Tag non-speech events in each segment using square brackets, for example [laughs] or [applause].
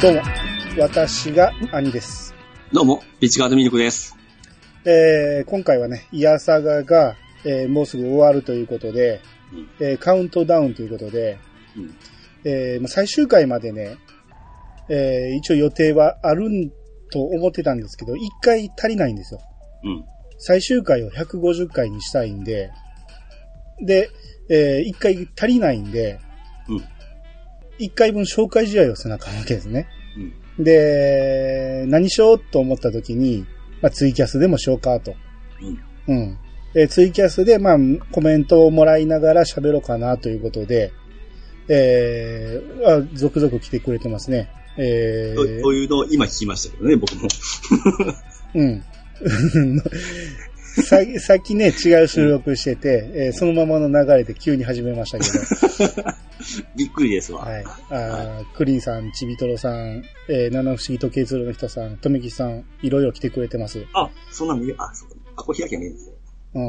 どうも、私が兄です。どうも、ピッチガードミルクです。えー、今回はね、イヤサガが、えーもうすぐ終わるということで、うんえーカウントダウンということで、うんえーまあ最終回までね、えー一応予定はあるんと思ってたんですけど、1回足りないんですよ。うん。最終回を150回にしたいんで、で、え1回足りないんで、うん1回分紹介試合をせなあかんわけですね。うん。で、何しようと思った時に、まあ、ツイキャスでもしようかと。ううん。ん。で、ツイキャスで、まあ、コメントをもらいながら喋ろうかなということで、えー、あ続々来てくれてますね。えとーと、いうのを今聞きましたけどね、僕も。 [laughs] うん。 [laughs] ささっきね、違う収録してて、えーそのままの流れで急に始めましたけど、 [laughs] びっくりですわ。はい。あークリーンさん、ちびとろさん、えー、七不思議時計鶴の人さん、とめきさん、いろいろ来てくれてます。あ、そんなの見れあ、そうか。あ、これ開きゃ見えるんですよ。う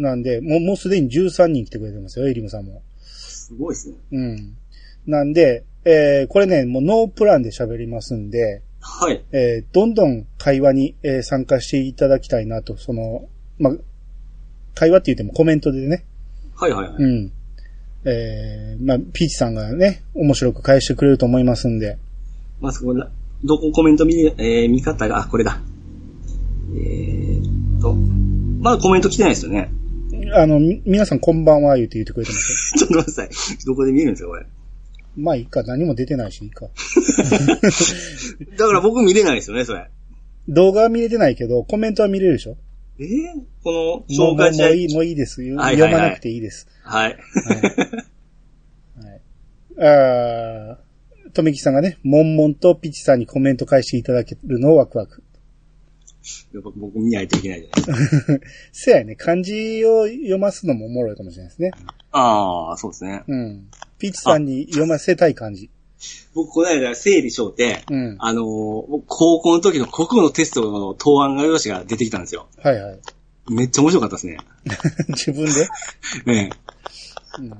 ん。なんで、もう、もうすでに13人来てくれてますよ、エリムさんも。すごいですね。うん。なんで、えー、これね、もうノープランで喋りますんで、はい。えー、どんどん会話に、えー参加していただきたいなと、その、まあ、会話って言ってもコメントでね、はいはいはうい。ん。えー、まあ、ピーチさんがね、面白く返してくれると思いますんで、まずこれ、どこコメント見れ、えー、見方が、あ、これだ。えーっと、まだコメント来てないですよね。 [laughs] あの、み皆さんこんばんは言って言ってくれてますちょっと待ってください。どこで見えるんですか、これ。よ。まあ、いいか、何も出てないし、いいか。だから僕見れないですよね、それ。動画は見れてないけど、コメントは見れるでしょえー、こもの、う紹もうも介う試い合。い、もういいです。読はいはいはいまなくていいです。はい。 [laughs] あーとめきさんがね、もんもんとピチさんにコメント返していただけるのをワクワク。 [laughs] やっぱ僕見ないといけないじゃないですか。せやね、漢字を読ますのもおもろいかもしれないですね。ああ、そうですね。うん。ピチさんに読ませたい漢字。僕、この間、整理しようて、うん。あのー僕高校の時の国語のテストの答案が用紙が出てきたんですよ。はいはい。 [laughs] めっちゃ面白かったですね。自分で、ええ。うん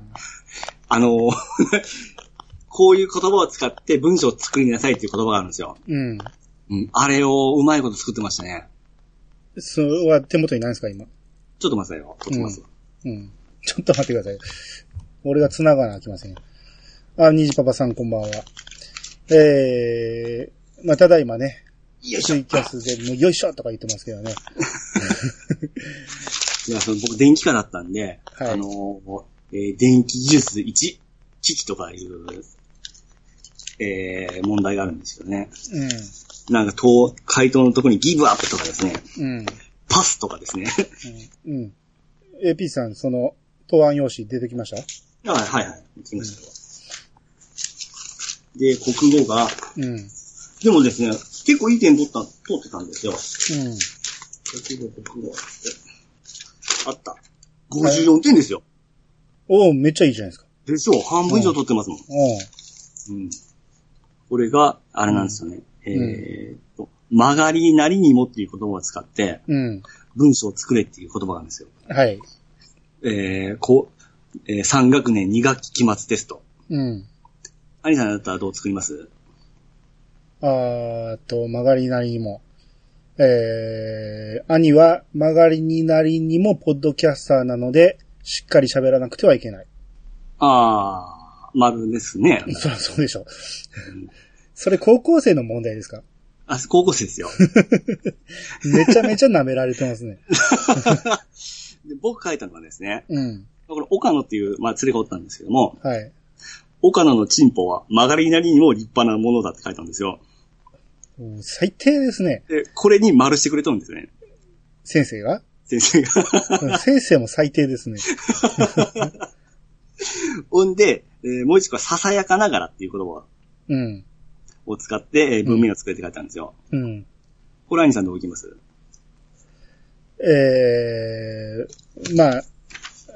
あのー [laughs] こういう言葉を使って文章を作りなさいっていう言葉があるんですよ。うん。うん。あれをうまいこと作ってましたね。それは手元にないですか、今。ちょっと待ってくださいよ。撮ってます。うん。 [laughs] ちょっと待ってください。俺が繋がなあきませんよ。あ、にじパパさんこんばんは。えー、まあ、ただいまね、よいしツょ。イキャスで、もうよいしょとか言ってますけどね。いや、その僕、電気科だったんで、はいあのーえー電気技術1、機器とかいう、えー、問題があるんですけどね。なんか、答回答のとこにギブアップとかですね、うん。うん。パスとかですね。うんうん。え、P さん、その、答案用紙出てきましたあ [laughs] はいはい。行きましたよ。で、国語が、うん。うん。でもですね、結構いい点取った、通ってたんですよ。国語、国語。あった。54点ですよ。おおめっちゃいいじゃないですか。でしょう半分以上取ってますもん。おううん。これが、あれなんですよね。えーっと、曲がりなりにもっていう言葉を使って、うん。文章を作れっていう言葉なんですよ。はい。えー、こう、えー、3学年2学期期末テスト。うん。アニさんだったらどう作りますあーっと、曲がりなりにも。えー、兄は曲がりになりにもポッドキャスターなので、しっかり喋らなくてはいけない。あー、丸ですね。そりゃそうでしょ。それ高校生の問題ですかあ、高校生ですよ。めちゃめちゃ舐められてますね。で僕書いたのはですね、うん。これ、岡野っていう、まあ、連れがおったんですけども、はい。岡野のチンポは曲がりなりにも立派なものだって書いたんですよ。うん最低ですね。で、これに丸してくれとるんですよね、先生が先生が。 [laughs] うん先生も最低ですね。ほんで、えーもう一個はささやかながらっていう言葉うん。を使って、えー文面を作れって書いたんですよ。うん。これ、アニさんどういきますえー、まあ、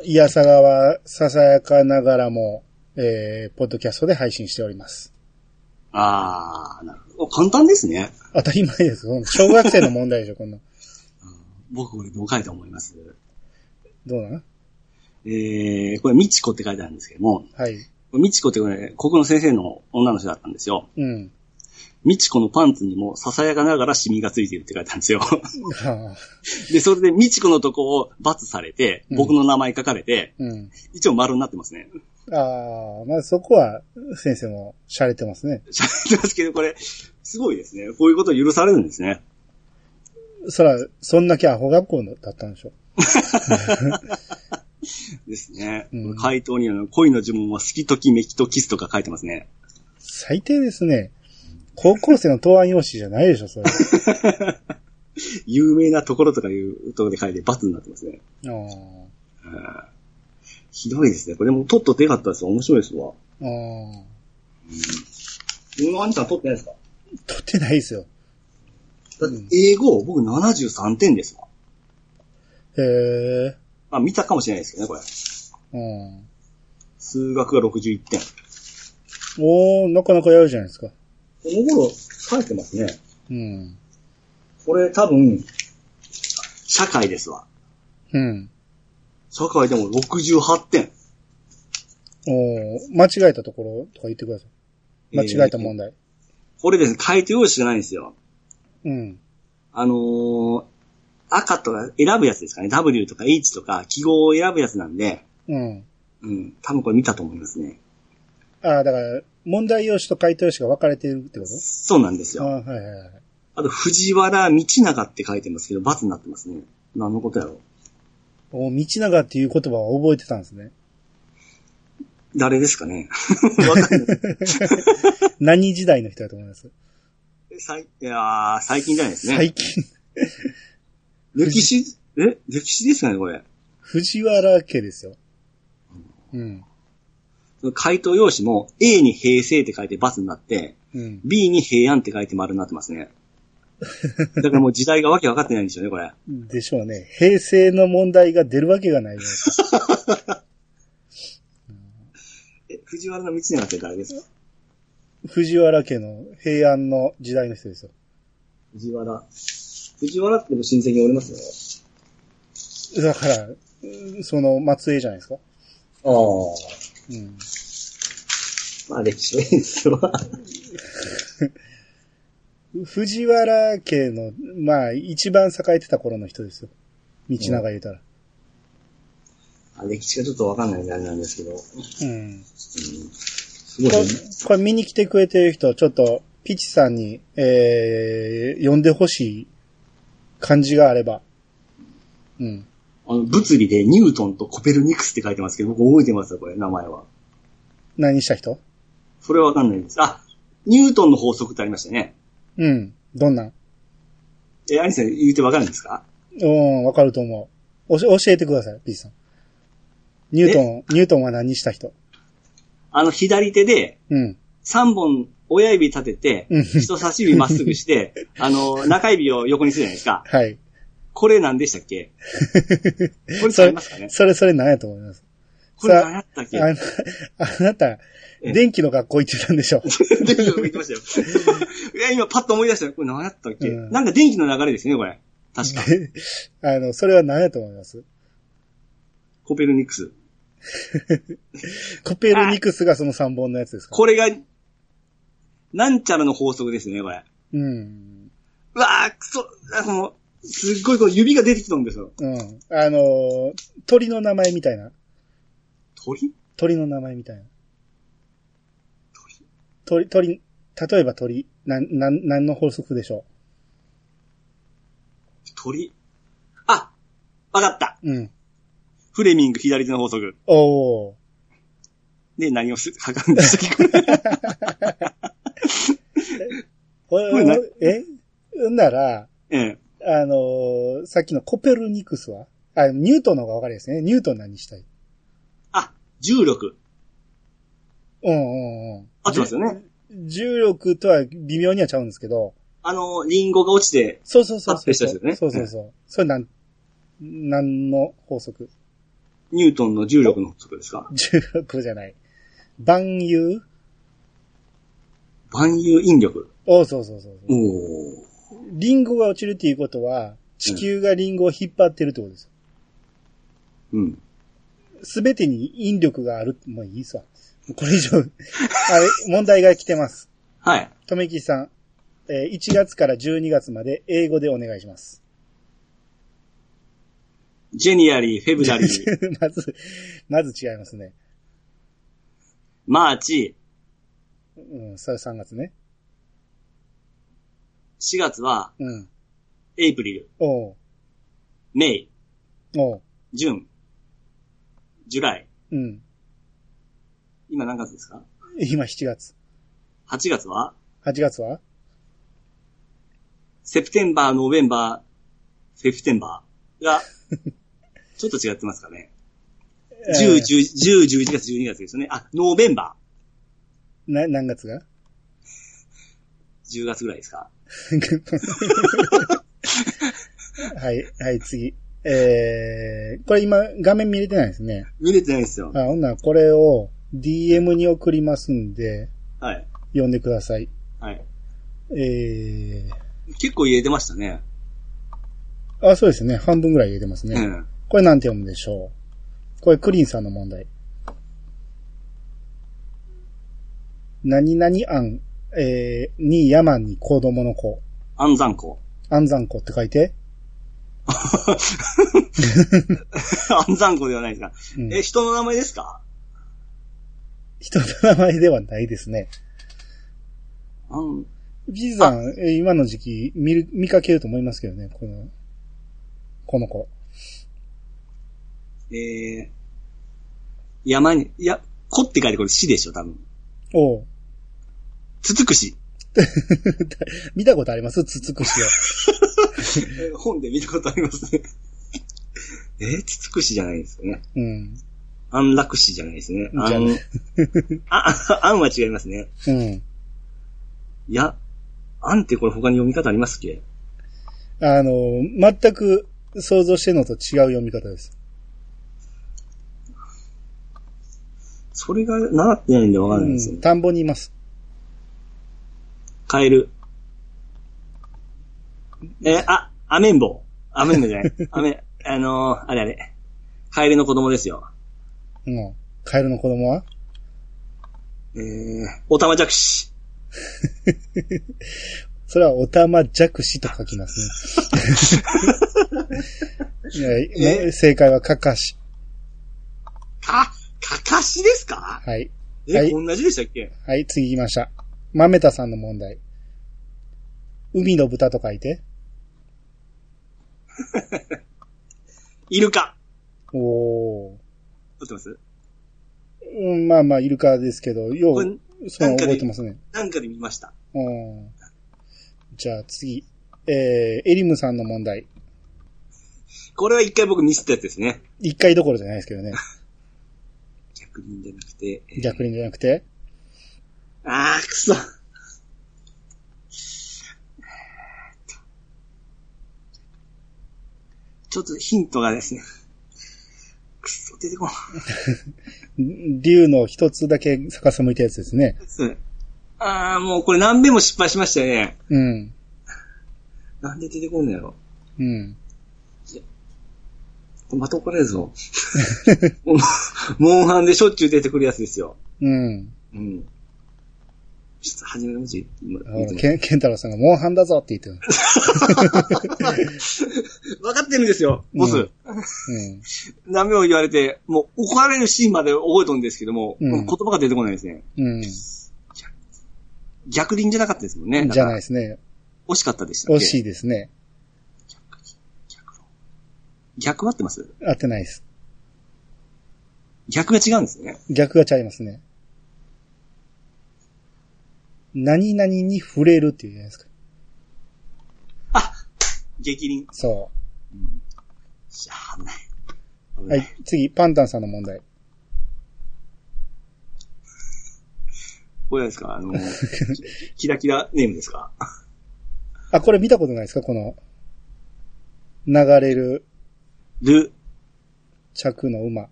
いやさがはささやかながらも、えー、ポッドキャストで配信しております。あー、なるほど。簡単ですね。当たり前です。 [laughs] ほんと小学生の問題でしょ、こんな。僕、これどう書いたと思いますどうなのえー、これ、みちこって書いてあるんですけども、はい。みちこってこれ、ここの先生の女の人だったんですよ。うん。みちこのパンツにも囁かながらシミがついてるって書いてあるんですよ。 [laughs] はあで、それでみちこのとこを罰されて、うん僕の名前書かれて、うん。一応丸になってますね。 [laughs] ああ、まあそこは、先生も、洒落てますね。しゃべってますけど、これ、すごいですね。こういうこと許されるんですね。そら、そんだけアホ学校だったんでしょ。ですね。うん回答には恋の呪文は好きときめきとキスとか書いてますね。最低ですね。高校生の答案用紙じゃないでしょ、それ。 [laughs] 有名なところとかいうところで書いて罰になってますね。ああーひどいですね。これもうとっと出かったですよ。面白いですわ。あ、ああ、うん、兄さん取ってないですか取ってないですよ。だって英語、僕73点ですわ。へえ、まあ見たかもしれないですけどね、これ。うん。数学が61点。おー、なかなかやるじゃないですか。この頃、書いてますね。うん。これ多分、社会ですわ。うん。社会でも68点。おー、間違えたところとか言ってください。間違えた問題。これですね、回答用紙じゃないんですよ。うん。あのー、赤とか選ぶやつですかね。W とか H とか記号を選ぶやつなんで、うん。うん、多分これ見たと思いますね。ああ、だから、問題用紙と回答用紙が分かれてるってことそうなんですあよ。あー、はいはいはい。あと、藤原道長って書いてますけど、罰になってますね。何のことやろう。お道長っていう言葉は覚えてたんですね。誰ですか [laughs] ね。わかんない何時代の人だと思います。最いやー最近じゃないですね。最近、 [laughs] 歴史、え歴史ですかね、これ。藤原家ですよ。うん。回答用紙も A に平成って書いて罰になって、うん。 B に平安って書いて丸になってますね。だからもう時代がわけわかってないんでしょうね、これ。でしょうね。平成の問題が出るわけがないじゃないですか。え、藤原道長って誰ですか藤原家の平安の時代の人ですよ。藤原。藤原ってでも親戚におりますよ。だから、うんその、松江じゃないですか。ああ。うん。まあ歴史はいいですわ。藤原家の、まあ、一番栄えてた頃の人ですよ。道長言うたら。あ歴史がちょっとわかんないんであれなんですけど。うん、うん。すこごいれね。これ見に来てくれてる人、ちょっと、ピチさんに、えー、呼んでほしい感じがあれば。うん。あの、物理でニュートンとコペルニクスって書いてますけど、僕覚えてますよ、これ、名前は。何した人それはわかんないです。あ、ニュートンの法則ってありましたね。うん。どんなんえ、アニさん言うてわかるんですかうん、わかると思う。おし教えてください、ピーチさん。ニュートン、ニュートンは何した人あの、左手でうん。 3本親指立てて、うん。人差し指まっす [laughs] ぐして、あの、中指を横にするじゃないですか。はい。これ何でしたっけこれそ違いれますかね、それ、それ何やと思いますこれ何やったっけ [laughs] あな、 [laughs] あなた、え電気の学校行ってたんでしょ電気の言ってましたよ。いや、今パッと思い出したよ。これ何やったっけ、うんなんか電気の流れですね、これ。確か。あの、それは何やと思いますコペルニクス。コペルニクスがその3本のやつですかこれが、なんちゃらの法則ですね、これ。うん。うわー、くそ、あの、すっごいこの指が出てきたんですよ。うん。あのー鳥の名前みたいな。鳥鳥の名前みたいな。鳥鳥、例えば鳥、なん、なん、何の法則でしょ鳥あわかったううん。フレミング左手の法則。おー。で、何をす、測るんでしたっけ [laughs] おいこれなえんなら、ええ。あのーさっきのコペルニクスはあ、ニュートンの方がわかりやすいね。ニュートン何したいあ、重力。うんうんうん。合ってますよね。重力とは微妙にはちゃうんですけど、あの、リンゴが落ちて、そうそうそうあそう。別ですよねそうそうそう。それなん、何の法則ニュートンの重力の法則ですか重力じゃない。万有万有引力。おそうそうそうそう。おー。リンゴが落ちるっていうことは、地球がリンゴを引っ張ってるってことですよ。うん。すべてに引力がある。もういいっすわ。これ以上、あれ、問題が来てます。はい。とめきさん、えー1月から12月まで英語でお願いします。 [laughs] ジェニアリー、フェブラリー、 [laughs] まず、まず違いますね。マーチ、うん、それ3月ね。 4月はうん。エイプリル、おう、メイ、おう、ジュン、ジュライ。うん。今何月ですか今7月。 ?8 月は8月はセプテンバー、ノーベンバー、セプテンバー [laughs] が、ちょっと違ってますかね。10、えー10、10 11月、12月ですよね。あ、ノーベンバな、何月がー、10月ぐらいですか。はい、はい、次。えー、これ今、画面見れてないですね。見れてないですよ。あ、ほんならこれを DM に送りますんで、はい。読んでください。はい。えー、結構言えてましたね。あ、そうですね。半分ぐらい入れてますうね。ん。これなんて読むでしょう。これクリンさんの問題。何々案、えー、に山に子供の子、暗算 [laughs] 庫。安山子って書いて、暗算庫ではないですうか。んえ、人の名前ですか人の名前ではないですね。あんじいさん、えー今の時期見る、見かけると思いますけどね、この、この子。えー、山に、いや、こって書いてこれ死でしょ、多分。おうつつくし。見たことありますつつくしを。えー本で見たことありますね。 [laughs] えー、つつくしじゃないですよね。うん。安楽死じゃないですね。じゃな安い、あ、あ安は違いますね。うん。いや、安ってこれ他に読み方ありますっけあのー、全く想像してるのと違う読み方です。それが習ってないんでわかんないんですうよんね。田んぼにいます。カエル。えーあ、アメンボウ。アメンボウじ [laughs] ゃない。アメ、あのーあれあれ。カエルの子供ですよ。うん。カエルの子供はえー、オタマジャクシ。それはおたまじゃくしと書きますね。 [laughs] いやえもう正解はかかし。か、かかしですかはい。え、はい同じでしたっけはい、次行きました。まめたさんの問題。海の豚と書いて。イルカ。おー。合ってますうん、まあまあ、イルカですけど、よこれう、そうなんかで覚えてますね。なんかで見ました。うん。じゃあ次。えー、エリムさんの問題。これは一回僕ミスったやつですね。一回どころじゃないですけ [laughs] どね。逆輪じゃなくて。えー逆にじゃなくて。あー、くそ。えーっとちょっとヒントがですね。くそ、出てこない。竜の一つだけ逆さ向いたやつですね。そうあー、もうこれ何遍も失敗しましたよね。うん。なんで出てこんのやろ。うん。また怒られるぞ。もうモンハンでしょっちゅう出てくるやつですよ。うん。うん。ちょっと初めの文字、今ほら、ケン、ケンタロウさんがモンハンだぞって言ってる。分かってるんですよ、ボス。うんうん。何秒言われて、もう怒られるシーンまで覚えとるんですけども、うん言葉が出てこないですね。うん。逆輪じゃなかったですもんね。 [laughs] じゃないい。ですね。惜しかったでしたっ惜けしいですね。逆は合ってます合ってないです。逆が違うんですね。逆がちゃいますね。何々に触れるっていうじゃないですか。あ逆輪。そしゃあない。う。危はないい。次、パンタンさんの問題。これですかあの、 [laughs] キラキラネームですかあ、これ見たことないですかこの、流れるル、着の馬。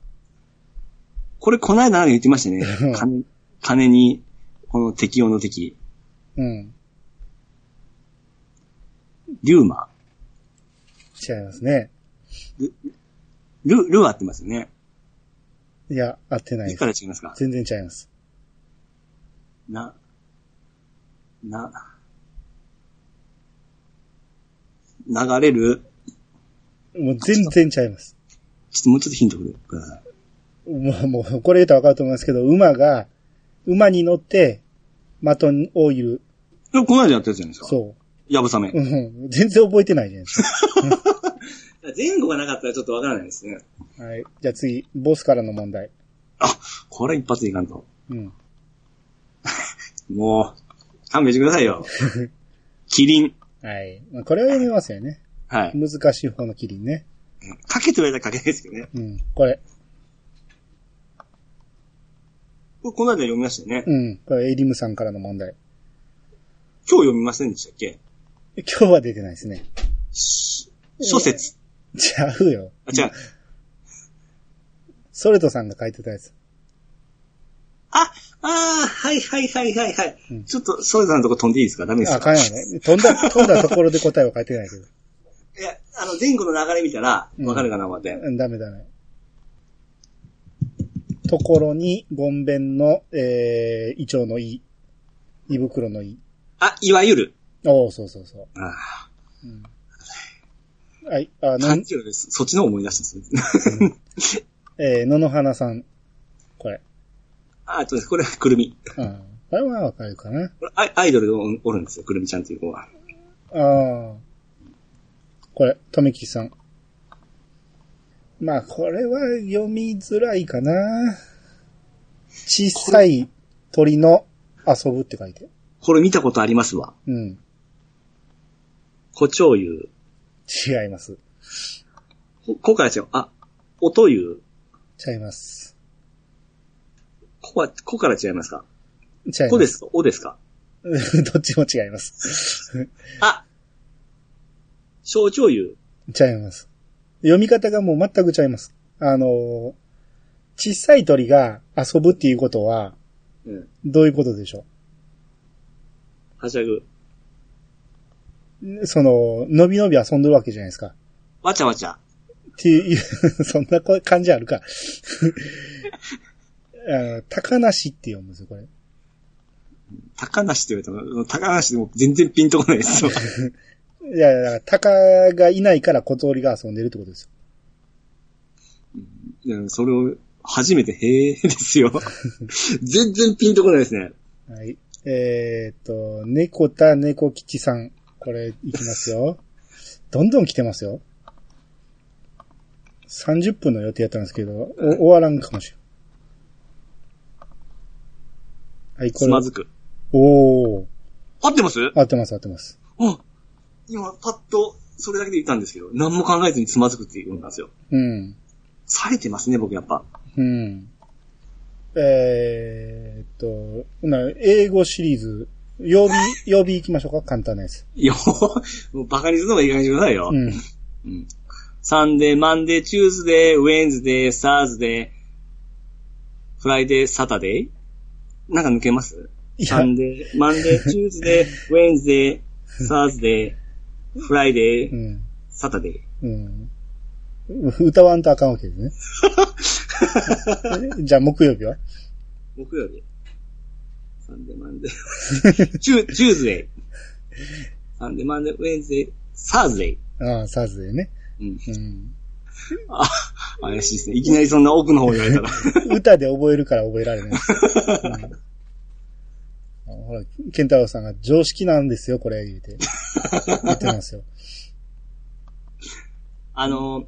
これこないだ言ってましたね。金、金に、この適用の敵、うん。リューマ。違いますね。ル、ルは合ってますよね。いや、合ってないいでかす。ら違いますか全然違います。な、な、流れるもう全然ちゃいます。ちょっともうちょっとヒントくれるかな。もう、もう、これ言うとわかると思いますけど、馬が、馬に乗って、的をいる。でもこの間やったやつじゃないですか。そやぶさめう。。うん。全然覚えてないじゃないです前後がなかったらちょっとわからないですね。か。はい。じゃあ次、ボスからの問題。あ、これ一発でいかんと。うん。もう、勘弁してください [laughs] よ。キリン。はい。まあこれは読みますよね。はい。難しい方のキリンね。かけと言われたらかけないですけどね。うん。これ。これこの間読みましたよね。うん。これ、エリムさんからの問題。今日読みませんでしたっけ [laughs] 今日は出てないですね。し諸説。ちゃうよ。あ、違う。ソレトさんが書いてたやつ。あ、あーはいはいはいはいはい。うんちょっと、ソレさんのとこ飛んでいいですかダメですあ、かかんやね。飛んだ、 [laughs] 飛んだところで答えは書いてないけど。いや、あの、前後の流れ見たら、うんわかるかな、思って。うん、ダメダメ。ところに、ゴンベンの、えー、胃腸の胃。胃袋の胃。あ、いわゆる。おー、そうそうそあう。うんはい、ああ、感の、じるです。そっちの方思い出したんですね。えー、野々花さん。これ。あ、そうです。これ、くるみ。うん。これはわかるかな。これアイアイドルがおおるんですよ、くるみちゃんっていう子は。ああ。これ、とめきさん。まあ、これは読みづらいかな。小さい鳥の遊ぶって書いて。これ見たことありますわ。うん。胡蝶湯。違います。ここから違う。あ、音湯。ちゃいます。ここは、こから違いますかちゃいこま。ですすかおですか [laughs] どっちも違います。あ小腸湯。ちゃいます。読み方がもう全くちゃいます。あのー小さい鳥が遊ぶっていうことは、うん。どういうことでしょはしゃうぐ。その、のびのび遊んでるわけじゃないですか。わちゃわちゃ。っていう、 [laughs] そんなこ感じあるか。 [laughs] あの高梨って読むんですよ、これ。高梨って言われたの。高梨でも全然ピンとこないですよ。いや、だから、高がいないから小鳥が遊んでるってことですよ。いやそれを、初めて、へえです [laughs] よ。全然ピンとこないですね。はい。えーっと、猫田猫吉さん。これ、いきますよ。どんどん来てますよ。30分の予定やったんですけど、お終わらんかもしれん。はい、こつれま。ずく。おー。合ってます合ってます、合ってます。あ今、パッと、それだけで言ったんですけど、何も考えずにつまずくって言うんですよ。うん。冴えてますね、僕やっぱ。うん。えーっと、な英語シリーズ、曜日、曜日行きましょうか簡単なやつ。いや、もうバカにするのもいい加減にしてくださいよう。ん。うん。サンデー、マンデー、チューズデー、ウェンズデー、サーズデー、フライデー、サタデーなんか抜けますいサや、ンデー、マンデー、チューズデー、ウェンズデー、サーズデー、フライデうー、ん。サタデー。うん。歌わんとあかんわけ [laughs] ですね。えじゃあ、木曜日は木曜日。サンデーマ [laughs] ンデー。チュー、チューズデー。サンデーマンデー、ウェンズデー、サーズデー。ああ、サーズでね。うん。うあ、怪しいですね。いきなりそんな奥の方言われた [laughs] ら。ん。歌で覚えるから覚えられないです。うんあほら、ケンタロウさんが常識なんですよ、これ、言うて。言ってますよ。あの、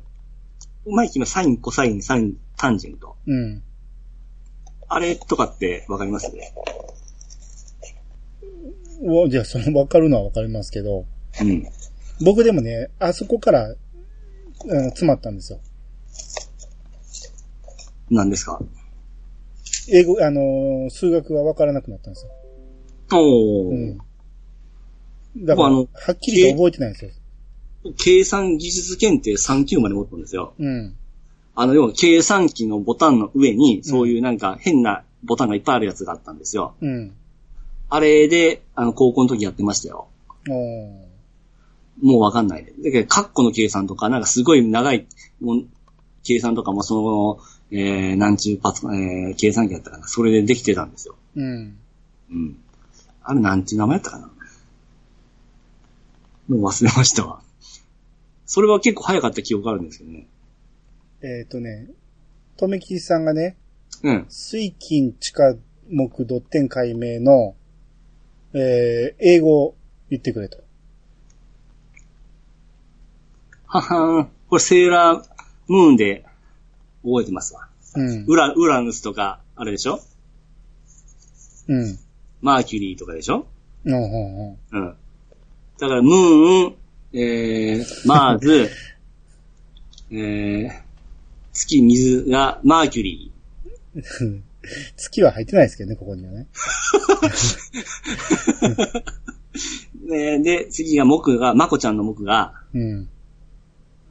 うまい今、サイン、コサイン、サイン、タンジェント。うん。あれとかってわかりますね。うわじゃあ、その、わかるのはわかりますけど。うん。僕でもね、あそこから、あの、詰まったんですよ。何ですか英語、あのー数学がわからなくなったんですよ。おー、うん。だから、僕あのはっきりと覚えてないんですよ。計算技術検定3級まで持ったんですよ。うん。あの、要は計算機のボタンの上に、そういうなんか変なボタンがいっぱいあるやつがあったんですよ。うん。あれで、あの、高校の時やってましたよ。おーもうわかんない。だけど、カッコの計算とか、なんかすごい長いもん計算とかも、その、えー、なんちゅうパツ、えー、計算機だったかな。それでできてたんですよ。うん。うん。あれなんて名前やったかなもう忘れましたわ。それは結構早かった記憶があるんですけどね。えっ、とね、とめきさんがね、うん。水金地下木ドッテン解明の、えー、英語を言ってくれと。ははーん。これセーラームーンで覚えてますわ。うん。ウラ、ウラヌスとか、あれでしょうん。マーキュリーとかでしょうんうんうん。うん。だから、ムーン、えー、マーズ、 [laughs] えー、月、水が、マーキュリ月は入ってないですけどね、ここにはね。ー。えーで、次が木が、マコちゃんの木が、うん。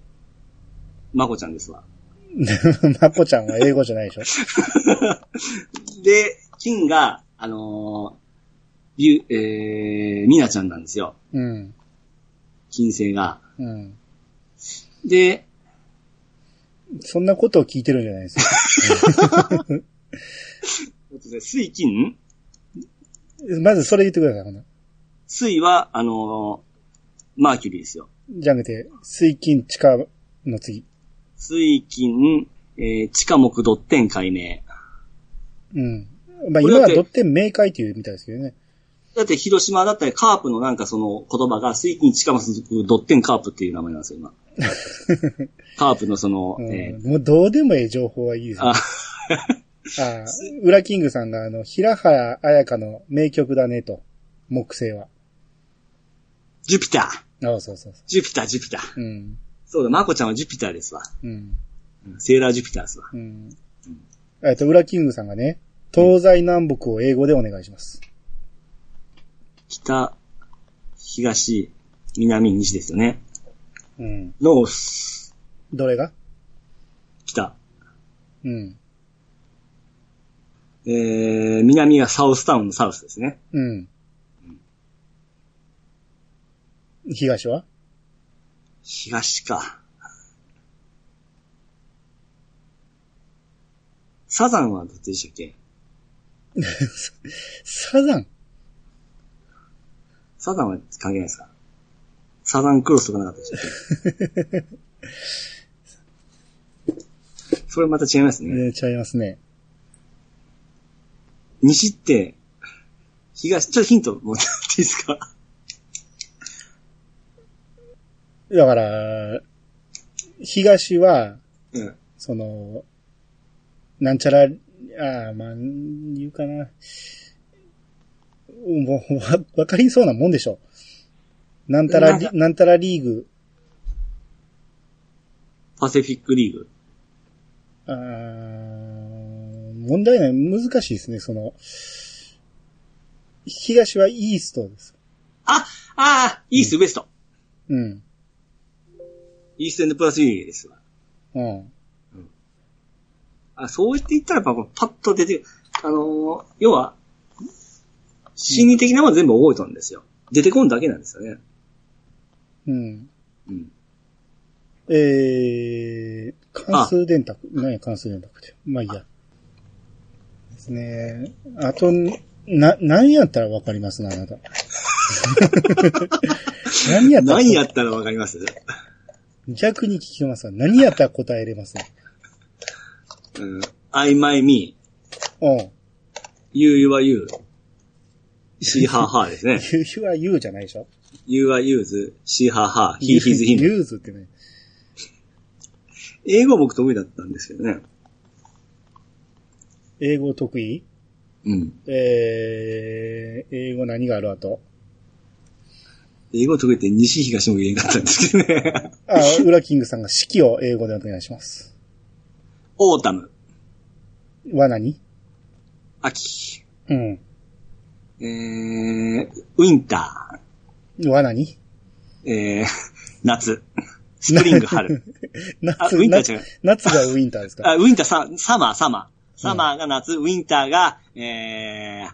[laughs] マコちゃんですわ。まこちゃんは英語じゃないでしょ。で、金が、あのー、ゆ、えー、ミナちゃんなんですよ。うん。金星が。うん。で、そんなことを聞いてるんじゃないですか。水金 [laughs] まずそれ言ってください、ほな。水は、あのー、マーキュリーですよ。じゃなくて、水金地下の次。水金、えー、地下木ドッテン解明。うん。まあこれ今だっはてドッテン明快っていうみたいですけどね。だって広島だったりカープのなんかその言葉が水金地下木ドッテンカープっていう名前なんです [laughs] よ、今。カープのその、うんえー、もうどうでもいい情報はいいですよ。あ、ああ、裏キングさんがあの、平原綾香の名曲だねと、木星は。ジュピターああ、そうそうそジュピター、ジュピター。う。うん。そうだ、マコちゃんはジュピターですわ。うん。セーラージュピターですわ。うん。えっと、裏キングさんがね、東西南北を英語でお願いします。北、東、南、西ですよね。うん。ノース、どれが北。うん。えー、南がサウスタウンのサウスですね。うん。東は東か。サザンはどっちでしたっけサザン。サザンは関係ないですかサザンクロスとかなかったでしたっ [laughs] けそれまた違いますね。えー、違いますね。西って、東、ちょっとヒントもらっていいですかだ [laughs] から、東は、うん。その、なんちゃら、ああ、まあ、言うかな。うんもう、わ、わかりそうなもんでしょ。なんたらなんリか、なんたらリーグ、パシフィックリーグ。あー問題ない、難しいですね、その、東はイーストです。あああイース、ウエスト。うん。イーストエンドプラスリーグですわ。うん。あ、そう言って言ったら、やっぱパッと出て、あのー要は、心理的なもの全部覚えたんですよ。出てこんだけなんですよね。うん。うん。えー、関数電卓。何や、関数電卓って。まあいいや。ですね。あと、な、何やったらわかりますな、あなた。 [laughs] 何やったら何やったらわかります逆に聞きますわ。何やったら答えれますね。うん。I, my, me, おう。 you, you are you, she, her, her です [laughs] ね。 you, you are you じゃないでしょ you are yours, she, her, her, he, his, him. you, s ってね。英語僕得意だったんですけどね。英語得意うん。えー、英語何があるあと。英語得意って西東も言えなかったんですけどね。 [laughs] あ、裏キングさんが式を英語でお願いします。オータム、は何秋、うん。えー、ウィンタは何ー、えー、 [laughs] 夏、スプリング、春。あ [laughs] 夏、ウィンター夏じゃない、夏がウィンターですか [laughs] あ、ウィンター、サ、サマー、サマー。サマーが夏、ウィンターが、えー、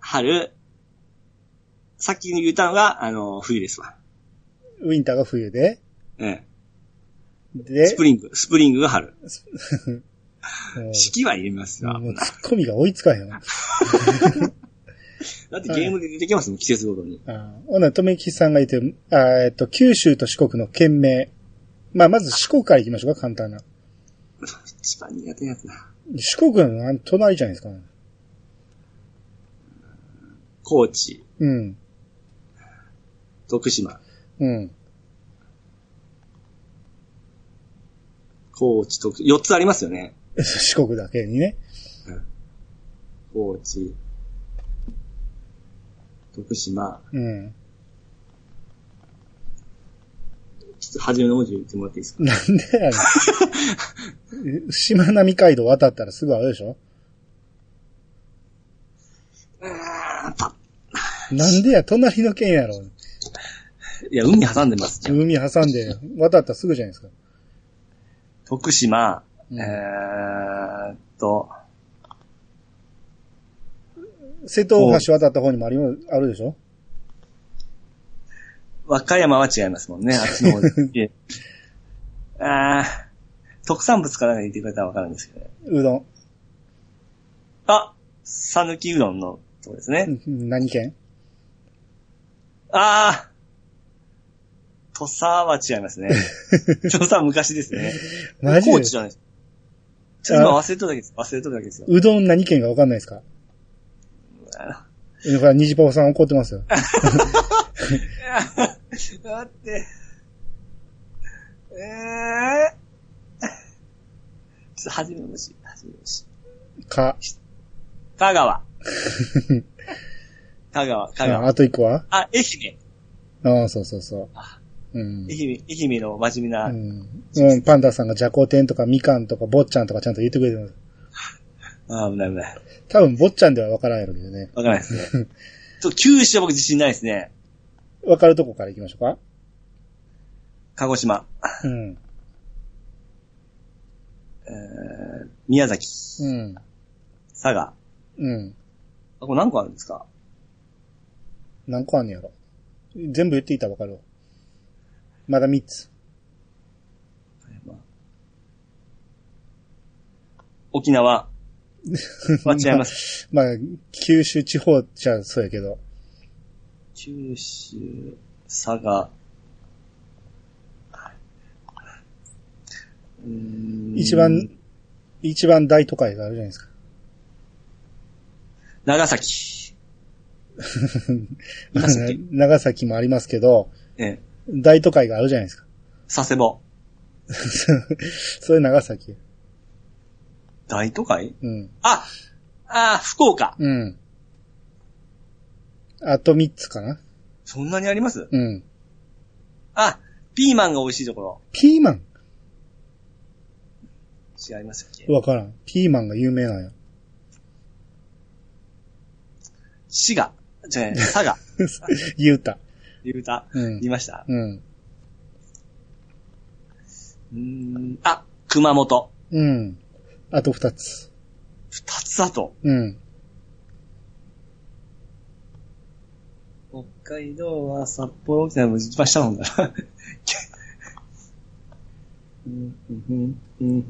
春。さっき言ったのが、あの、冬ですわ。ウィンターが冬で、ええ、で、スプリング、スプリングが春。もう四季は言えますわ。もうツッコミが追いつかへんわ。だってゲームで出てきますもん、季節ごとに。あーほな、とめきさんがいて、あーえっと、九州と四国の県名。まあ、まず四国から行きましょうか、簡単な。一番苦手なやつな。四国のなん隣じゃないですか、ね。高知、うん。徳島、うん。 [laughs] 高知、徳島、4つありますよね。四国だけにね。高知、徳島、うん。ちょっと初めの文字言ってもらっていいですかなんでやね [laughs] んしまなみ海道渡ったらすぐあれでしょうーんパなんでや、隣の県やろ。ッいや、海挟んでますじゃん。海挟んで、渡ったらすぐじゃないですか。徳島、うんえーっと、瀬戸大橋渡った方にもありよ、あるでしょ和歌山は違いますもんね、あっちの [laughs] 方で。あー特産物から言ってくれたらわかるんですけどね。うどん。あさぬきうどんのとこですね。うん何県ああ土佐は違い [laughs] ますね。土佐は昔ですね。マジ高で知じゃないです。ちょっと今忘れとるだけです。忘れとるだけですよ。うどん何県かわかんないですかあだから、虹パパさん怒ってます [laughs] よ。のだって、えー、ちょっと初めの虫、初めの虫。か。[laughs] 香川。香川、香あ川。あと一個はあ、愛媛。ああ、そうそうそうあ。うん。愛媛、愛媛の真面目な、うん。うん、パンダさんがじゃこ天とかみかんとか坊ちゃんとかちゃんと言ってくれてます。あー危ない危ない。多分坊ちゃんでは分からんやろうけどね。わからないで [laughs] すね。ちょっと九州は僕自信ないですね。分かるとこから行きましょう鹿児島、か。うん。えー、宮崎、うん。佐賀。あ、うん。これ何個あるんですか何個あんねやろ。全部言っていたら分かるわ。まだ3つ。[laughs] 沖縄。は違います。まあ、九州地方じゃそうやけど。九州、佐賀。うーん一番。一番大都会があるじゃないですか。長 [laughs] 崎。長崎長崎もありますけど、ええ、大都会があるじゃないですか。 [laughs] 佐世保。それ長崎。大都会うん。ああー、福岡。うん。あと3つかな。そんなにありますうん。あ、ピーマンが美味しいところ。ピーマン違いましたっけわからん。ピーマンが有名なんや。 [laughs] 滋賀。じゃあ、佐賀。言うた。言うた。うん言い。ました。うん。うーん。あ、熊本。うん。あと2つ。二つあと。うん。北海道は札幌沖縄も一番下なんだな。 [laughs] うんうんうんうんうん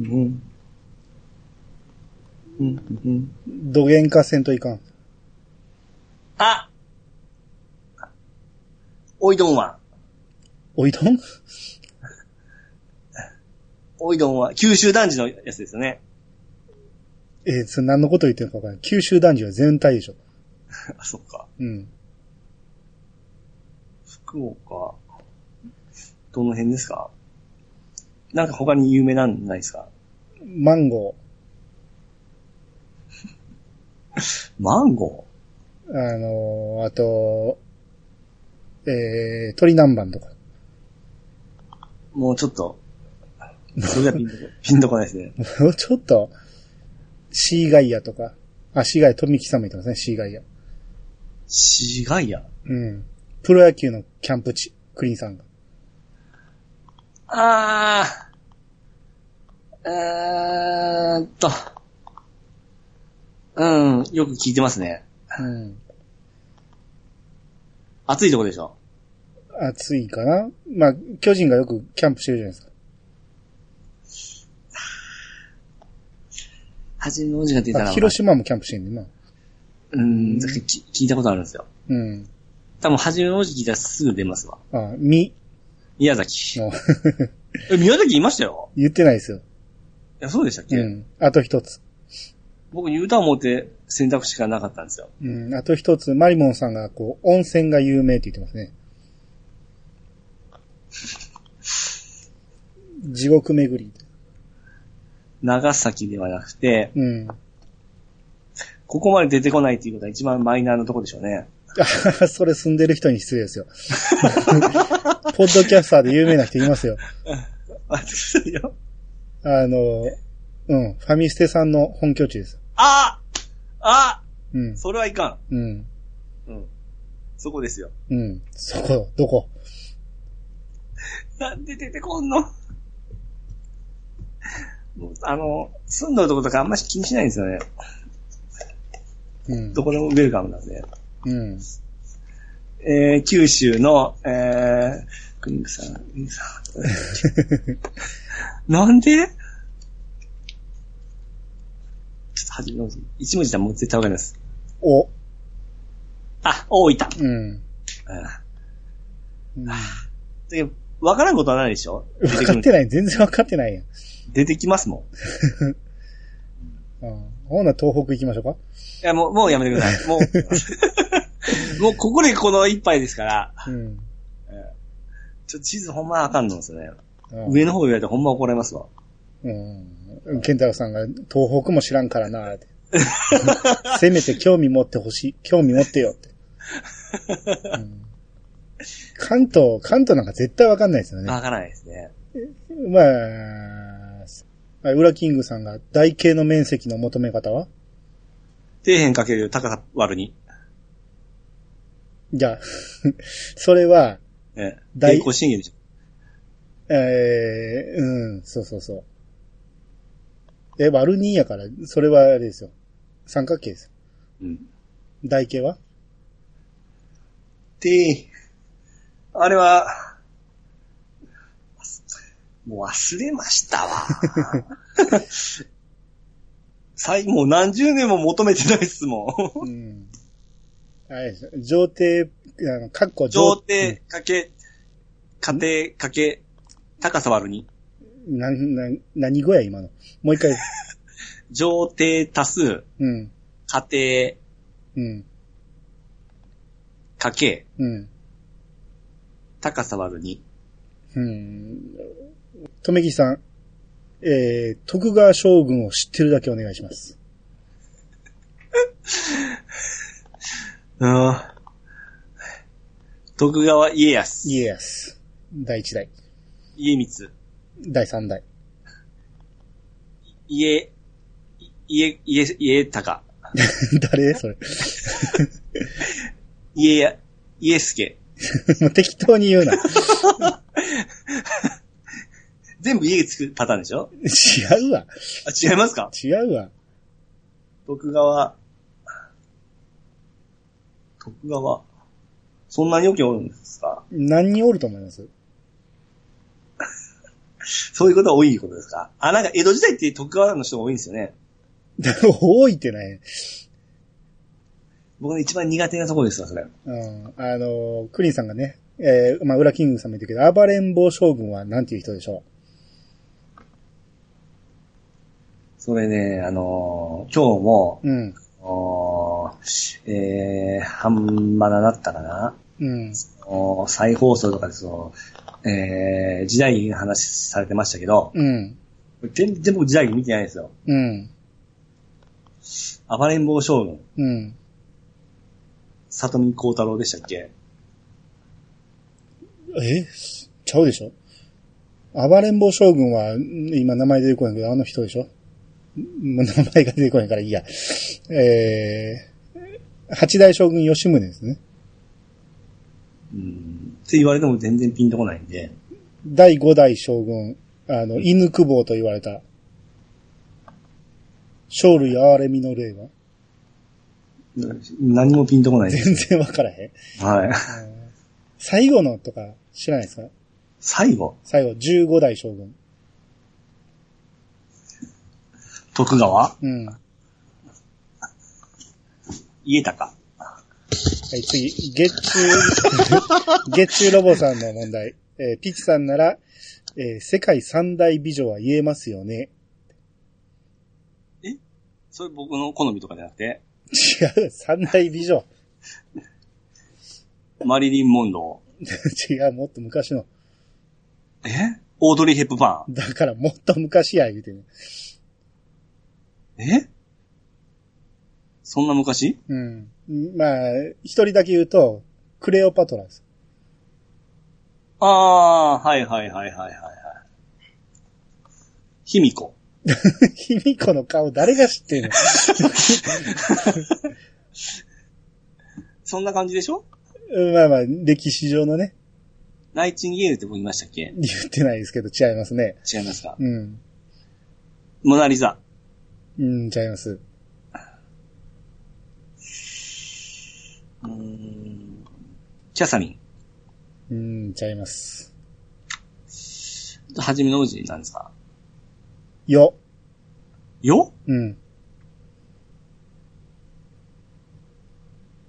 うんうんどげんかせんといかん。あおいどんは、おいどんおいどんは、九州男児のやつですよね。 [laughs] えーそれ何のこと言ってるかわからん。九州男児は全体でしょ。あ、そっか。うん。福岡、どの辺ですかなんか他に有名なんないですかマンゴマンゴー。あのー、あと、えー、鳥南蛮とか。 [laughs] ーもうちょっと、それがピンとこ、 [laughs] ピンとこないですね。もうちょっと、シーガイアとか。あ、シーガイア、富木さんも言ってますね、シーガイア。市街や。うん。プロ野球のキャンプ地、クリーンさんが。あー、えーっと、うん、よく聞いてますね。うん。暑いとこでしょ。暑いかなまあ、巨人がよくキャンプしてるじゃないですか。八の字が出たら、あ広島もキャンプしてるんだよな。うん、き聞いたことあるんですよ。うん。多分、初めの文字聞いたらすぐ出ますわ。あ、み宮崎。の、 [laughs] え、宮崎いましたよ言ってないですよ。いや、そうでしたっけ、うん。あと一つ。僕、言うた思って選択肢がなかったんですよ。うん。あと一つ、マリモンさんが、こう、温泉が有名って言ってますね。地獄巡り。長崎ではなくて、うん。ここまで出てこないっていうことが一番マイナーなとこでしょうね。あそれ住んでる人に失礼 [laughs] ですよ。ポッドキャスターで有名な人いますよ。あ、そうよ。あの、うん。ファミステさんの本拠地です。ああうん。それはいかうん。ん。うん。そこですよ。うん。そこ、どこなんで出てこんのもうあの、住んどるとことかあんまし気にしないんですよね。うんど。こでもウェルカムなんで。うん。えー、九州の、えー、クニクさん、クニクさん。なんでちょっと初めの文字一文字だ、もう絶対わかります。お。あ、大分。うん。うんうんだけど、わからんことはないでしょ [sighs] 出分てくか [laughs] るってない。全然分かってないやん。出てきますもん。いうん。ほんなら東北行きましょうか。や、もう、もうやめてください。もう、もうここでこの一杯ですから、うん。ちょっと地図ほんまあかんのですよね。うん上の方言われてほんま怒られますわ。うん。ケンタロウさんが東北も知らんからなって。 [laughs] せめて興味持ってほしい。興味持ってよって。うん関東、関東なんか絶対わかんないですよね。わからないですね。まあ、ウラキングさんが台形の面積の求め方は底辺かける高さ割るに。じゃあ、 [laughs] それは、ええ。大平行進撃でしょ。ええうん、そうそうそう。え、割る2やから、それはあれですよ。三角形ですよ。うん。台形はで、あれは、もう忘れました [laughs] わ。最後、もう何十年も求めてないっすもん。 [laughs] うん。あれですよ。上帝、あの、かっこ上底。かけ、家庭かけ、高さ割るうに。んなん、なん、何語や、今の。もう一回。上底多数、うん。家庭、うん。かけ、うん。高さ割るに。うん。とめきさん。えー、徳川将軍を知ってるだけお願いします。うん。徳川家康。イエス。第一代。家光。第三代。 [laughs] 家、家、家、家高。誰それ。 [laughs] 家や、家助。もう適当に言うな。 [laughs] 全部家つくパターンでしょ違うわ。あ、違いますか違うわ。徳川。徳川。そんなに余計おるんですか何人おると思います [laughs] そういうことは多いことですかあ、なんか江戸時代って徳川の人が多いんですよね。多いってない。僕の一番苦手なところですわ、それ。うん。あの、クリンさんがね、えー、まあ、裏キングさんも言ったけど、暴れん坊将軍はなんていう人でしょそれね、あのー今日も、ううん。おーえー、半ばなだったかなうん。おー再放送とかでその、えー、時代劇の話されてましたけど、うん。全然僕時代劇見てないんですよ。うん。暴れん坊将軍、うん。里見光太郎でしたっけえちゃうでしょ暴れん坊将軍は、ん今名前出てこないけど、あの人でしょんもう名前が出てこないからいいや。えー、八代将軍吉宗ですね。うん。って言われても全然ピンとこないんで、第五代将軍、あの、犬久保と言われた。生類憐れみの霊は何もピンとこないんで。全然わからへん。はい。最後のとか知らないですか最後、最後、15代将軍。徳川うん。家高。はい、次、月中、 [laughs] 月中ロボさんの問題。えーピチさんなら、えー世界三大美女は言えますよね。それ僕の好みとかじゃなくて、違う、三大美女。 [laughs] マリリン・モンロ違う、もっと昔の。ー。えオードリー・ヘップバーだから、もっと昔や、言うてね。ン。えそんな昔うん。まあ、一人だけ言うと、クレオパトラです。 [laughs] ああ、はいはいはいはいはい。はい卑弥呼。卑弥呼の顔誰が知ってんの [laughs] そんな感じでしょうんまあまあ、歴史上のね、ナイチンゲールって僕言いましたっけ言ってないですけど、違いますね。違いますかうん。モナリザ。うん、違います。うーん。キャサミうん、違います。ン。はじめの王子なんですかよ。ようん。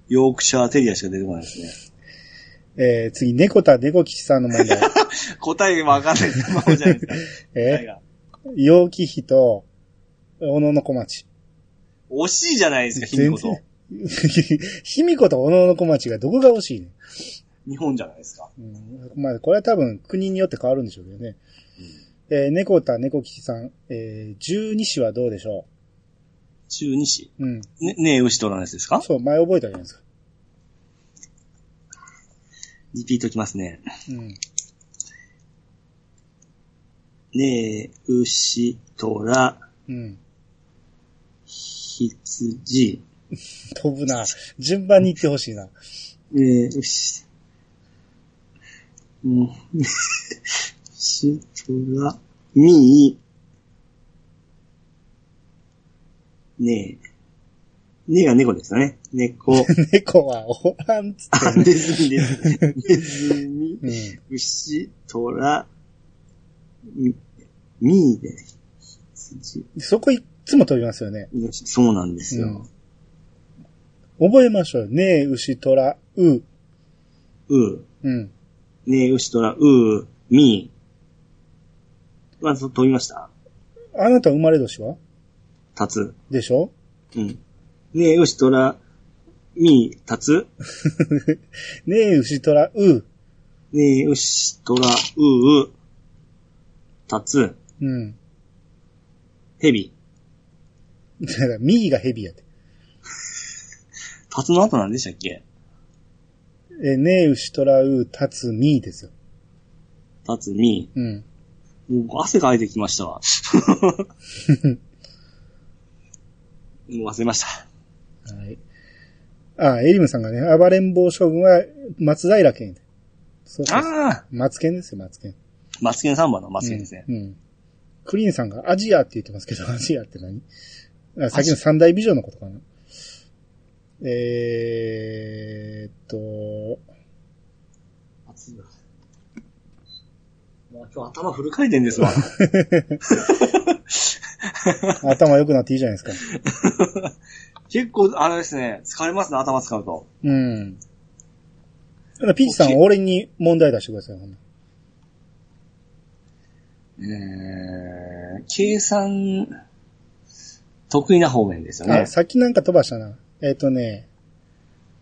ヨークシャーテリアしか出てこないですね。えー、次、猫田猫吉さんの問 [laughs] 題。答えわかんないです。魔法じゃないですか。答ええがー、陽気比と、小野の小町。惜しいじゃないですか、卑弥呼と。。 [laughs] 卑弥呼と小野の小町がどこが欲しいねん日本じゃないですか。うん、まあ、これは多分国によって変わるんでしょうけどね。えー、猫田猫吉さん、えー、十二子はどうでしょ中二子。ううん。ね、ねえ、牛とのやつですかそう、前覚えたじゃないですか。リピートきますね。うん。ねえ、牛、虎、うん。羊、飛ぶな。順番に行ってほしいな。ねえ、牛、うん、牛、虎、みー、ねえ、ねえが猫ですよね。猫、猫はおらんっつっあ、ネズミです。ネズミ、て。うん。牛、虎、み、みーで、羊。そこいっつも飛びますよね。そうなんですよ。覚えましょう。ねえ、牛、虎、う。うー、うん。ねえ、牛、虎、うー、みー。まず、飛びましたあなた生まれ年は立つ。でしょ [laughs] うん。ねえ、牛、虎、みー、立つ。ねえ、牛、虎、う。ねえ、牛、虎、うー、立つ。うん。蛇。だから、右がヘビやて。立つの後なんでしたっけえ、ねえ、牛、虎、う、立つ、みーですよ。立つ、みうん。ー。もう汗がかいてきました [laughs] わ。もう忘れました。はい。あ、エリムさんがね、暴れん坊将軍は松平健。そうそうそう。ああ松健ですよ、松健。マツケンサンバのマツケンですね。うん。うんクリーンさんがアジアって言ってますけど、ア [laughs] ジアって何あさっきの三大美女のことかな。えーっと、暑いなもう今日頭フル回転ですわ。 [laughs] 頭良くなっていいじゃないですか。結構、あれですね、疲れますね、頭使うと。うん。ただピーチさん、俺に問題出してください、ほんなえー、計算、得意な方面ですよねあ、。さっきなんか飛ばしたな。えーっとね、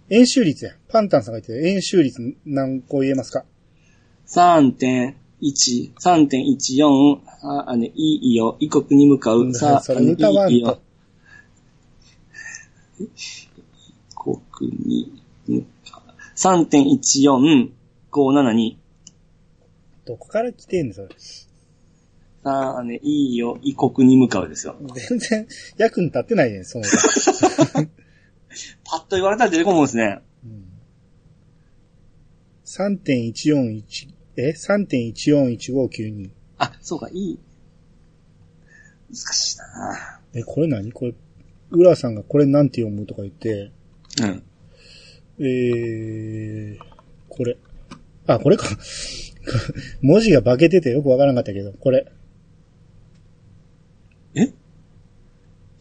演習率や。パンタンさんが言ってた演習率何個言えますか3.1、3.14、あ、あの、いいよ、異国に向かうんう、さあ、そあれ歌わの、んいいよと。。異国に向かう。3.14、572。どこから来てんのそれ。さあ、あの、いいよ、異国に向かうですよ。全然役に立ってないね、その歌。パッと言われたら出てこもんですね。 3.141、え ?3.141592。あ、そうか、いい。難しいなえ、これ何これ、浦さんがこれなんて読むとか言って、うん。えー、これ。あ、これか。 [laughs] 文字が化けててよくわからなか [laughs] ったけど、これ。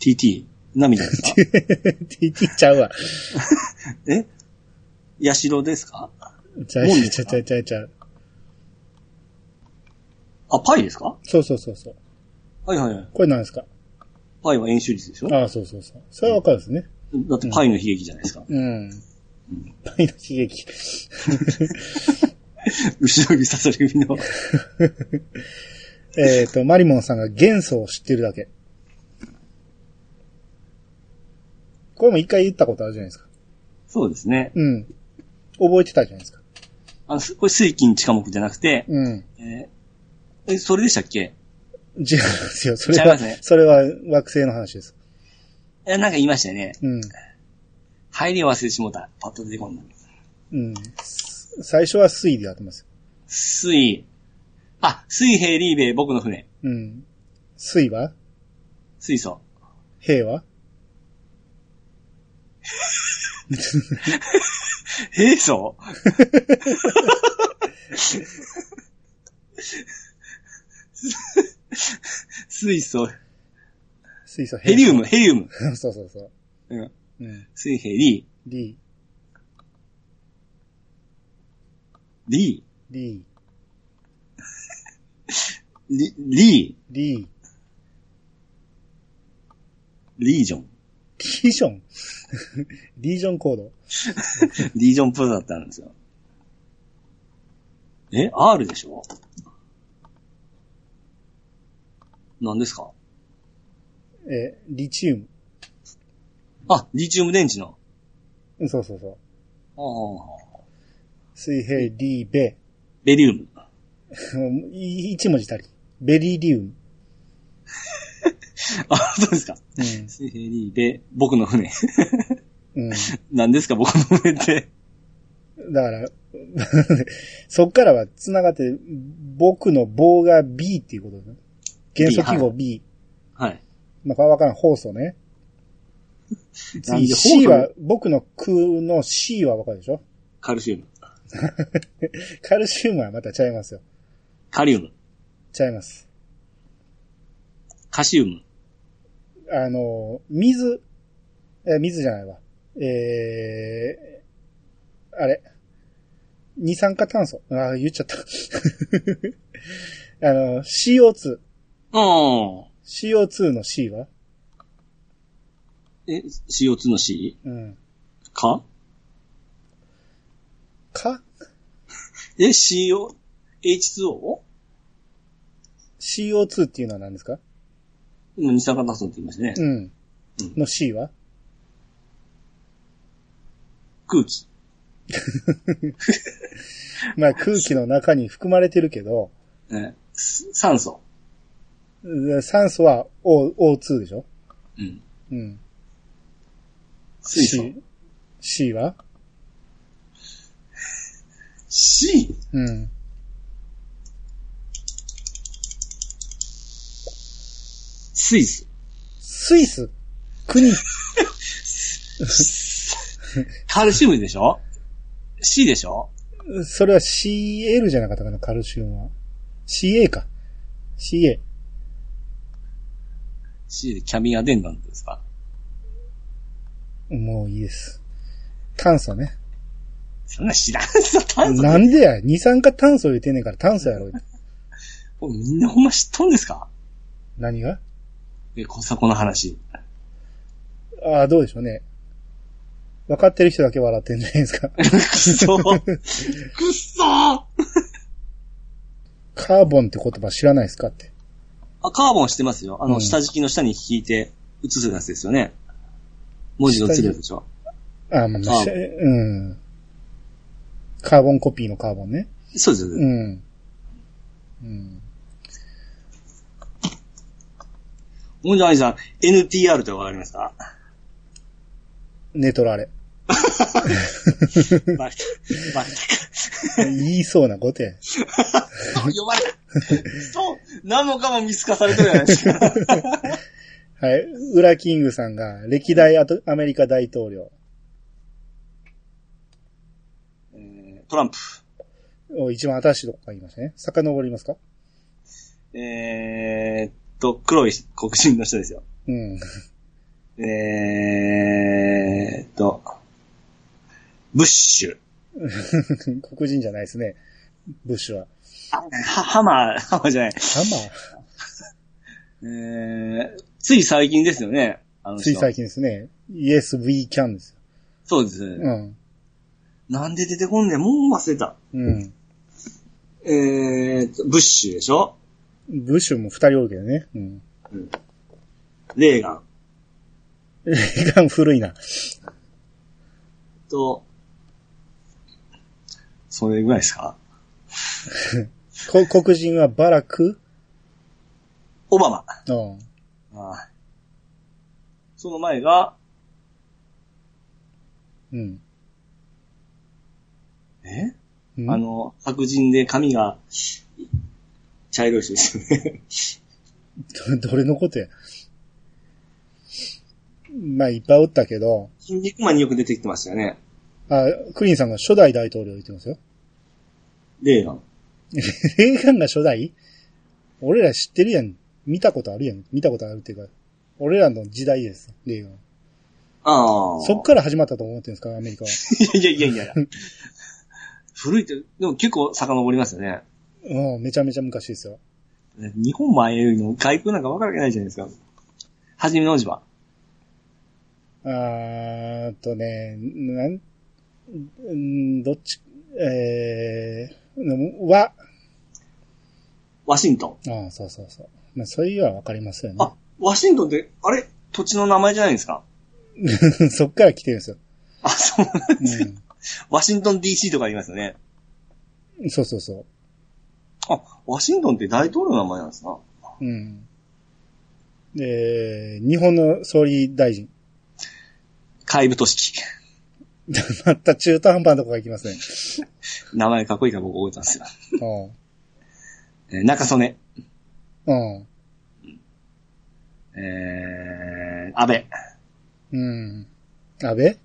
TT。涙ですか TT ちゃうわ。えヤシロですかちゃうちゃうちゃうちゃうちゃう。あ、パイですかそうそうそうそう。はいはいはい。これ何ですかパイは演習率でしょああ、そうそうそう。それはわかるんですね。だってパイの悲劇じゃないですか。うん。パイの刺激。後ろ指さされ組の。えっと、マリモンさんが元素を知ってるだけ。これも一回言ったことあるじゃないですか。そうですね。うん。覚えてたじゃないですか。あの、すこれ水金地下木じゃなくて、うん。えーえ、それでしたっけ違うんですよ。それ違いは、ますねそれは惑星の話です。え、なんか言いましたよね。うん。入りを忘れてしもうた。パッと出てこんな。うん。す最初は水でやってます。水、あ、水平リーベイ僕の船。うん。水は水素。平は平 [laughs] 素水素、水素平ヘリウム、ヘリウム。ム。 [laughs] そうそうそう。うん、うん。水平リ D、ー、リ D、ー、リ、リ D、ー、リージョン。リージョン。 [laughs] リージョンコード。リージョンプロだってあるんですよ。え ?R でしょ何ですかえーリチウムあ、リチウム電池の。うん。そうそうそう。ああ、水平、リーベ。 [laughs] ベリウム。うんい一文字足り。ベリリウム。あ、そうですか。う水平リーベ、僕の船。 [laughs] ん。うん。何ですか、僕の船って。だから、 [laughs] そっからは繋がって、僕の棒が B っていうことだね。元素記号 B。はい。まあ、これはわからん。放素ね。なんで次、C 放は、僕の空の C はわかるでしょカルシウム。カルシウムはまたちゃいますよ。カリウム。ちゃいます。カシウム。あの、水、え、水じゃないわ。えー、あれ。二酸化炭素。ああ、言っちゃった。 [laughs] あの、CO2。ああ。 CO2 の C はえ、CO2 の C? うん。かかえ、CO、H2O? ?CO2 っていうのは何ですか今二酸化炭素って言いましたね。うんうん。の C は空気。まあ空気の中に含まれてるけど、えーす酸素。うん酸素は O、O2 でしょうん。うん。水素。 C。C は C? うん。水素。スイス国カルシウムでしょ ?C でしょそれは CL じゃなかったかな、カルシウムは。CA か。CA。 ?C でキャミアデンダントですかもういいです。炭素ね。そんなん知らんぞ、炭素。なんでや、二酸化炭素入れてんねんから炭素やろ。これみんなほんま知っとんですか何がえ、小迫 [laughs] の話。ああ、どうでしょうね。分かってる人だけ笑ってんじゃない [laughs] ですか。くそくっそーカーボンって言葉知らないですかって。あ、カーボンしてますよ。あの、うん下敷きの下に引いて写すやつですよね。文字のつるやつでしょ。ああ、まあ、まあ、しうん。カーボンコピーのカーボンね。そうです、うよん。うん。もんじゃあ、兄さん、NTR ってわかります [laughs] かネトラレ。バレた。バレた言いそうなことや。か。そう、呼ばれた。そう、何もかも見透かされてるじゃないですか。はい。ウラキングさんが、歴代アトアメリカ大統領。えー [laughs] トランプ。お一番新しいとこが言いましたね。遡りますかえーっと、黒い黒人の人ですよ。うん。 [laughs] えーっと、ブッシュ。黒人じゃないですね。ブッシュは。は、ハマー、ハマーじゃない。ハえー、つい最近ですよね。あのマー、人つい最近ですね。Yes, we can ですそうです、よ。うん。なんで出てこんねん、もう忘れた。うん。えーと、ブッシュでしょブッシュも二人多いけどね。うん。レーガンレーガン古いな。と、それぐらいですかこ黒人はバラクオバマ。うん。はいその前が、うん。えうんあ、の、白人で髪が茶色い人ですよ [laughs] ね。どどれのことや。まあ、いっぱいおったけど、筋肉マンによく出てきてましたよね。あ、クリーンさんが初代大統領言ってますよ。レーガン。レーガンが初代俺ら知ってるやん。見たことあるやん。見たことあるっていうか、俺らの時代です、レーガン。ああ。そっから始まったと思ってるんですか、アメリカは。 [laughs] いやいやいやいや。古いって、でも結構遡りますよね。うん、めちゃめちゃ昔ですよ。日本もああいうの、外国なんか分からないじゃないですか。はじめの字は。あーっとね、なん、うんどっち、えー、は、ワシントン。ああ、そうそうそう。まあ、そういうのはわかりますよあ、ワシントンって、あれ土地の名前じゃないですかね。 [laughs] そっから来てるんですよ。あ、そう。うワシントン DC とかありますよね。ん、そうそうそあ、ワシントンって大統領の名前なんですかう。うん。で、日本の総理大臣。怪部都市記。また中途半端なとこが行きますね。名前かっこいいから僕覚えたんですよ。うんえー中曽根。。うんえー、安倍。。うん。安倍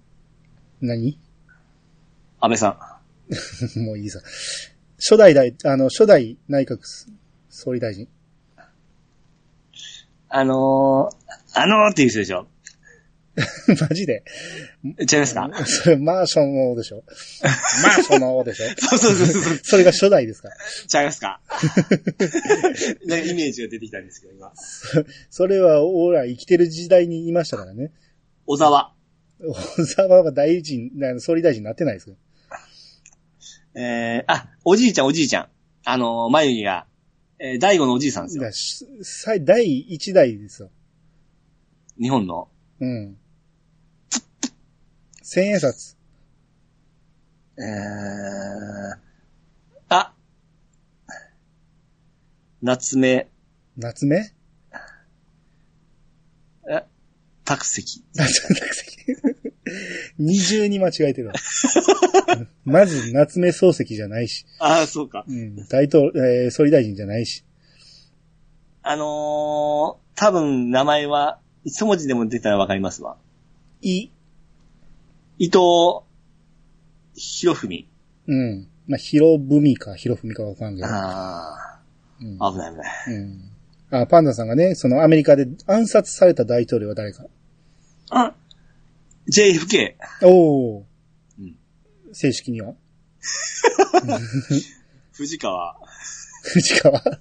何 [laughs] 安倍さん。もういいさ。初代大、あの、初代内閣総理大臣。 [laughs] あのー、あのーっていう人でしょマジで。 [laughs] 違いますかそれ、マーション王でしょマーション王でしょそうそうそうそう。それが初代ですかちゃいます [laughs] かなんかイメージが出てきたんですけど、今。それは、俺ら生きてる時代にいましたからね。 [laughs] 小沢。小沢は大臣、あの総理大臣になってないですよ。えー、あ、おじいちゃんおじいちゃん。あのー、眉毛が、えー、大悟のおじいさんですだかよ。らし最第一代ですよ。日本の。うん。千円札。えー、あ、夏目、夏目拓石。夏目漱石。 [laughs] 二重に間違えてるわ。まず、夏目漱石じゃないし。ああ、そうか。うん。大統領、えー総理大臣じゃないし。あのー、多分名前は、一文字でも出たらわかりますわ。い。伊藤、博文。うん。まあ、広文か、広文かわかんないけど。あうんあ、危ない危ない。うん。あ、パンダさんがね、そのアメリカで暗殺された大統領は誰か。あ、JFK。おお、うん正式には [laughs] 藤川。藤川言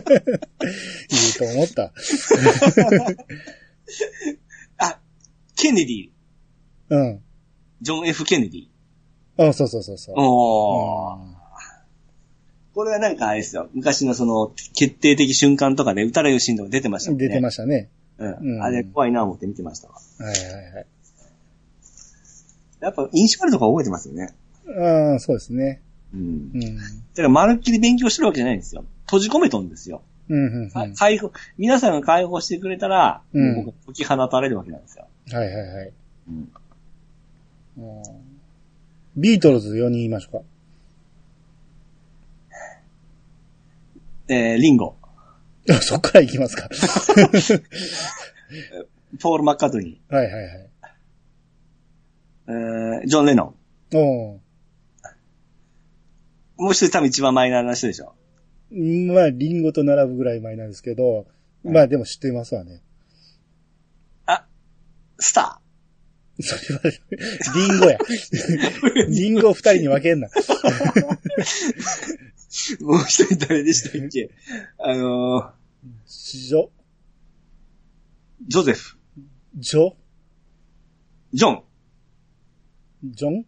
うと思った。ケネディ。うん。ジョン F. ケネディ。あそうそうそうそう。おー。これはなんかあれですよ。昔のその、決定的瞬間とかね、打たれるシーンとか出てましたうもんんね。出てましたね。す。う。うんんあれ怖いな思って見てましたわ。はいはいやっぱ印象あるとか覚えてますよね。はい。ああ、そうですね。うん。うだん。からまるっきり勉強してるわけじゃないんですよ。閉じ込めとんですよ。うん、うん、うん。ははいい解放、皆さんが解放してくれたら、うん僕解き放たれるわけなんですよ。はいはい。うんうんビートルズ4人いましょうか。えー、リンゴ。あそっから [laughs] 行きます [laughs] か。ポール・マッカートニはいはいはい。ー。えー、ジョン・レノン。おもう一人多分一番マイナーな人でしょ。ーまあ、リンゴと並ぶぐらい前なんですけど、まあでも知ってますわね。スタ [laughs] それは、リンゴ [laughs] や。リンゴを二人に分けんな。ー。もう一人誰でしたっけあのー、ジョ、ジョゼフ、ジョ、ジョン、ジョン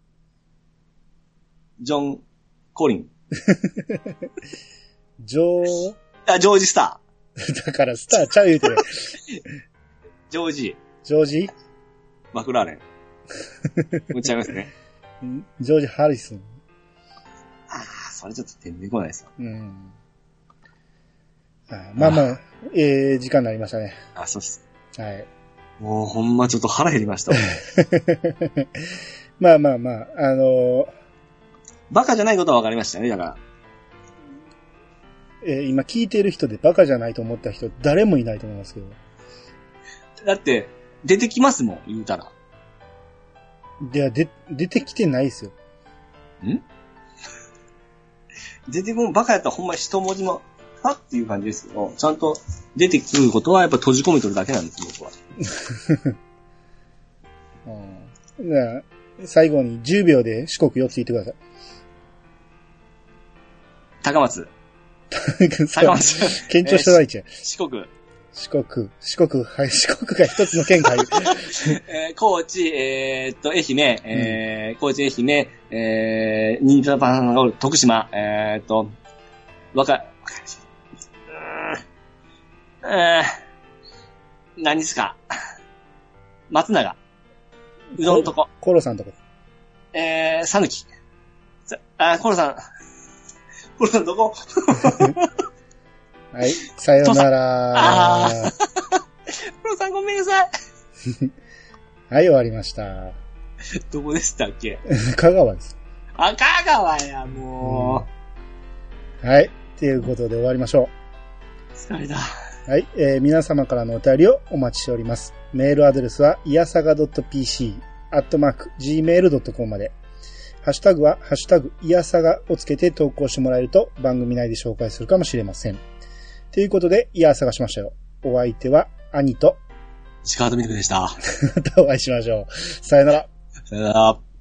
ジョン、コリン。ジョ [laughs] あ、ジョージスター、だからスターちゃう言うてる。ー。ジョージ、ジョージマクラーレン。もう違いますね。ジョージ・ハリスン。ああ、それちょっと出てこないですわ。うん。あまあまあ、ええ時間になりましたね。あ、そうです。はい。もうほんまちょっと腹減りましたわ。 [laughs] まあまあまあ、あのバカじゃないことは分かりましたね、だから。ーえー今聞いてる人でバカじゃないと思った人、誰もいないと思いますけど。だって、出てきますもん、言うたら。では、で、出てきてないですよ。出てくるバカやったらほんま一文字も、はっていう感じですけど、ちゃんと出てくることはやっぱ閉じ込めてるだけなんです、僕は。うん。じゃあ、最後に10秒で四国4つ言ってください。高松、 [laughs] 高緊松、張したらいいじゃん。 [laughs] 四国、四国、四国、はい、四国が一つの県 [laughs] かい。えー、高知、えーっと、愛媛、えー、高知、愛媛、えー、新潟パンゴール、徳島、えーっと、わか、わかうーん、えー、何ですか。松永、うどんとこ、コロさんとこ。えー、さぬき。さあー、コロさん、コロさんどこはい、さよなあら。コロさんごめんなさい。はい、終わりました。どこでしたっけ香川です。赤川や、もはい、ということで終わりましょう。う。疲れた。はい、えー皆様からのお便りをお待ちしております。メールアドレスは、いやさが .pc、アットマーク、gmail.com まで。ハッシュタグは、ハッシュタグ、いやさがをつけて投稿してもらえると、番組内で紹介するかもしれません。ということで、いやさがしましたよ。お相手は、兄と、石川とみくでした。またお会いしましょう。さよなら。さよなら。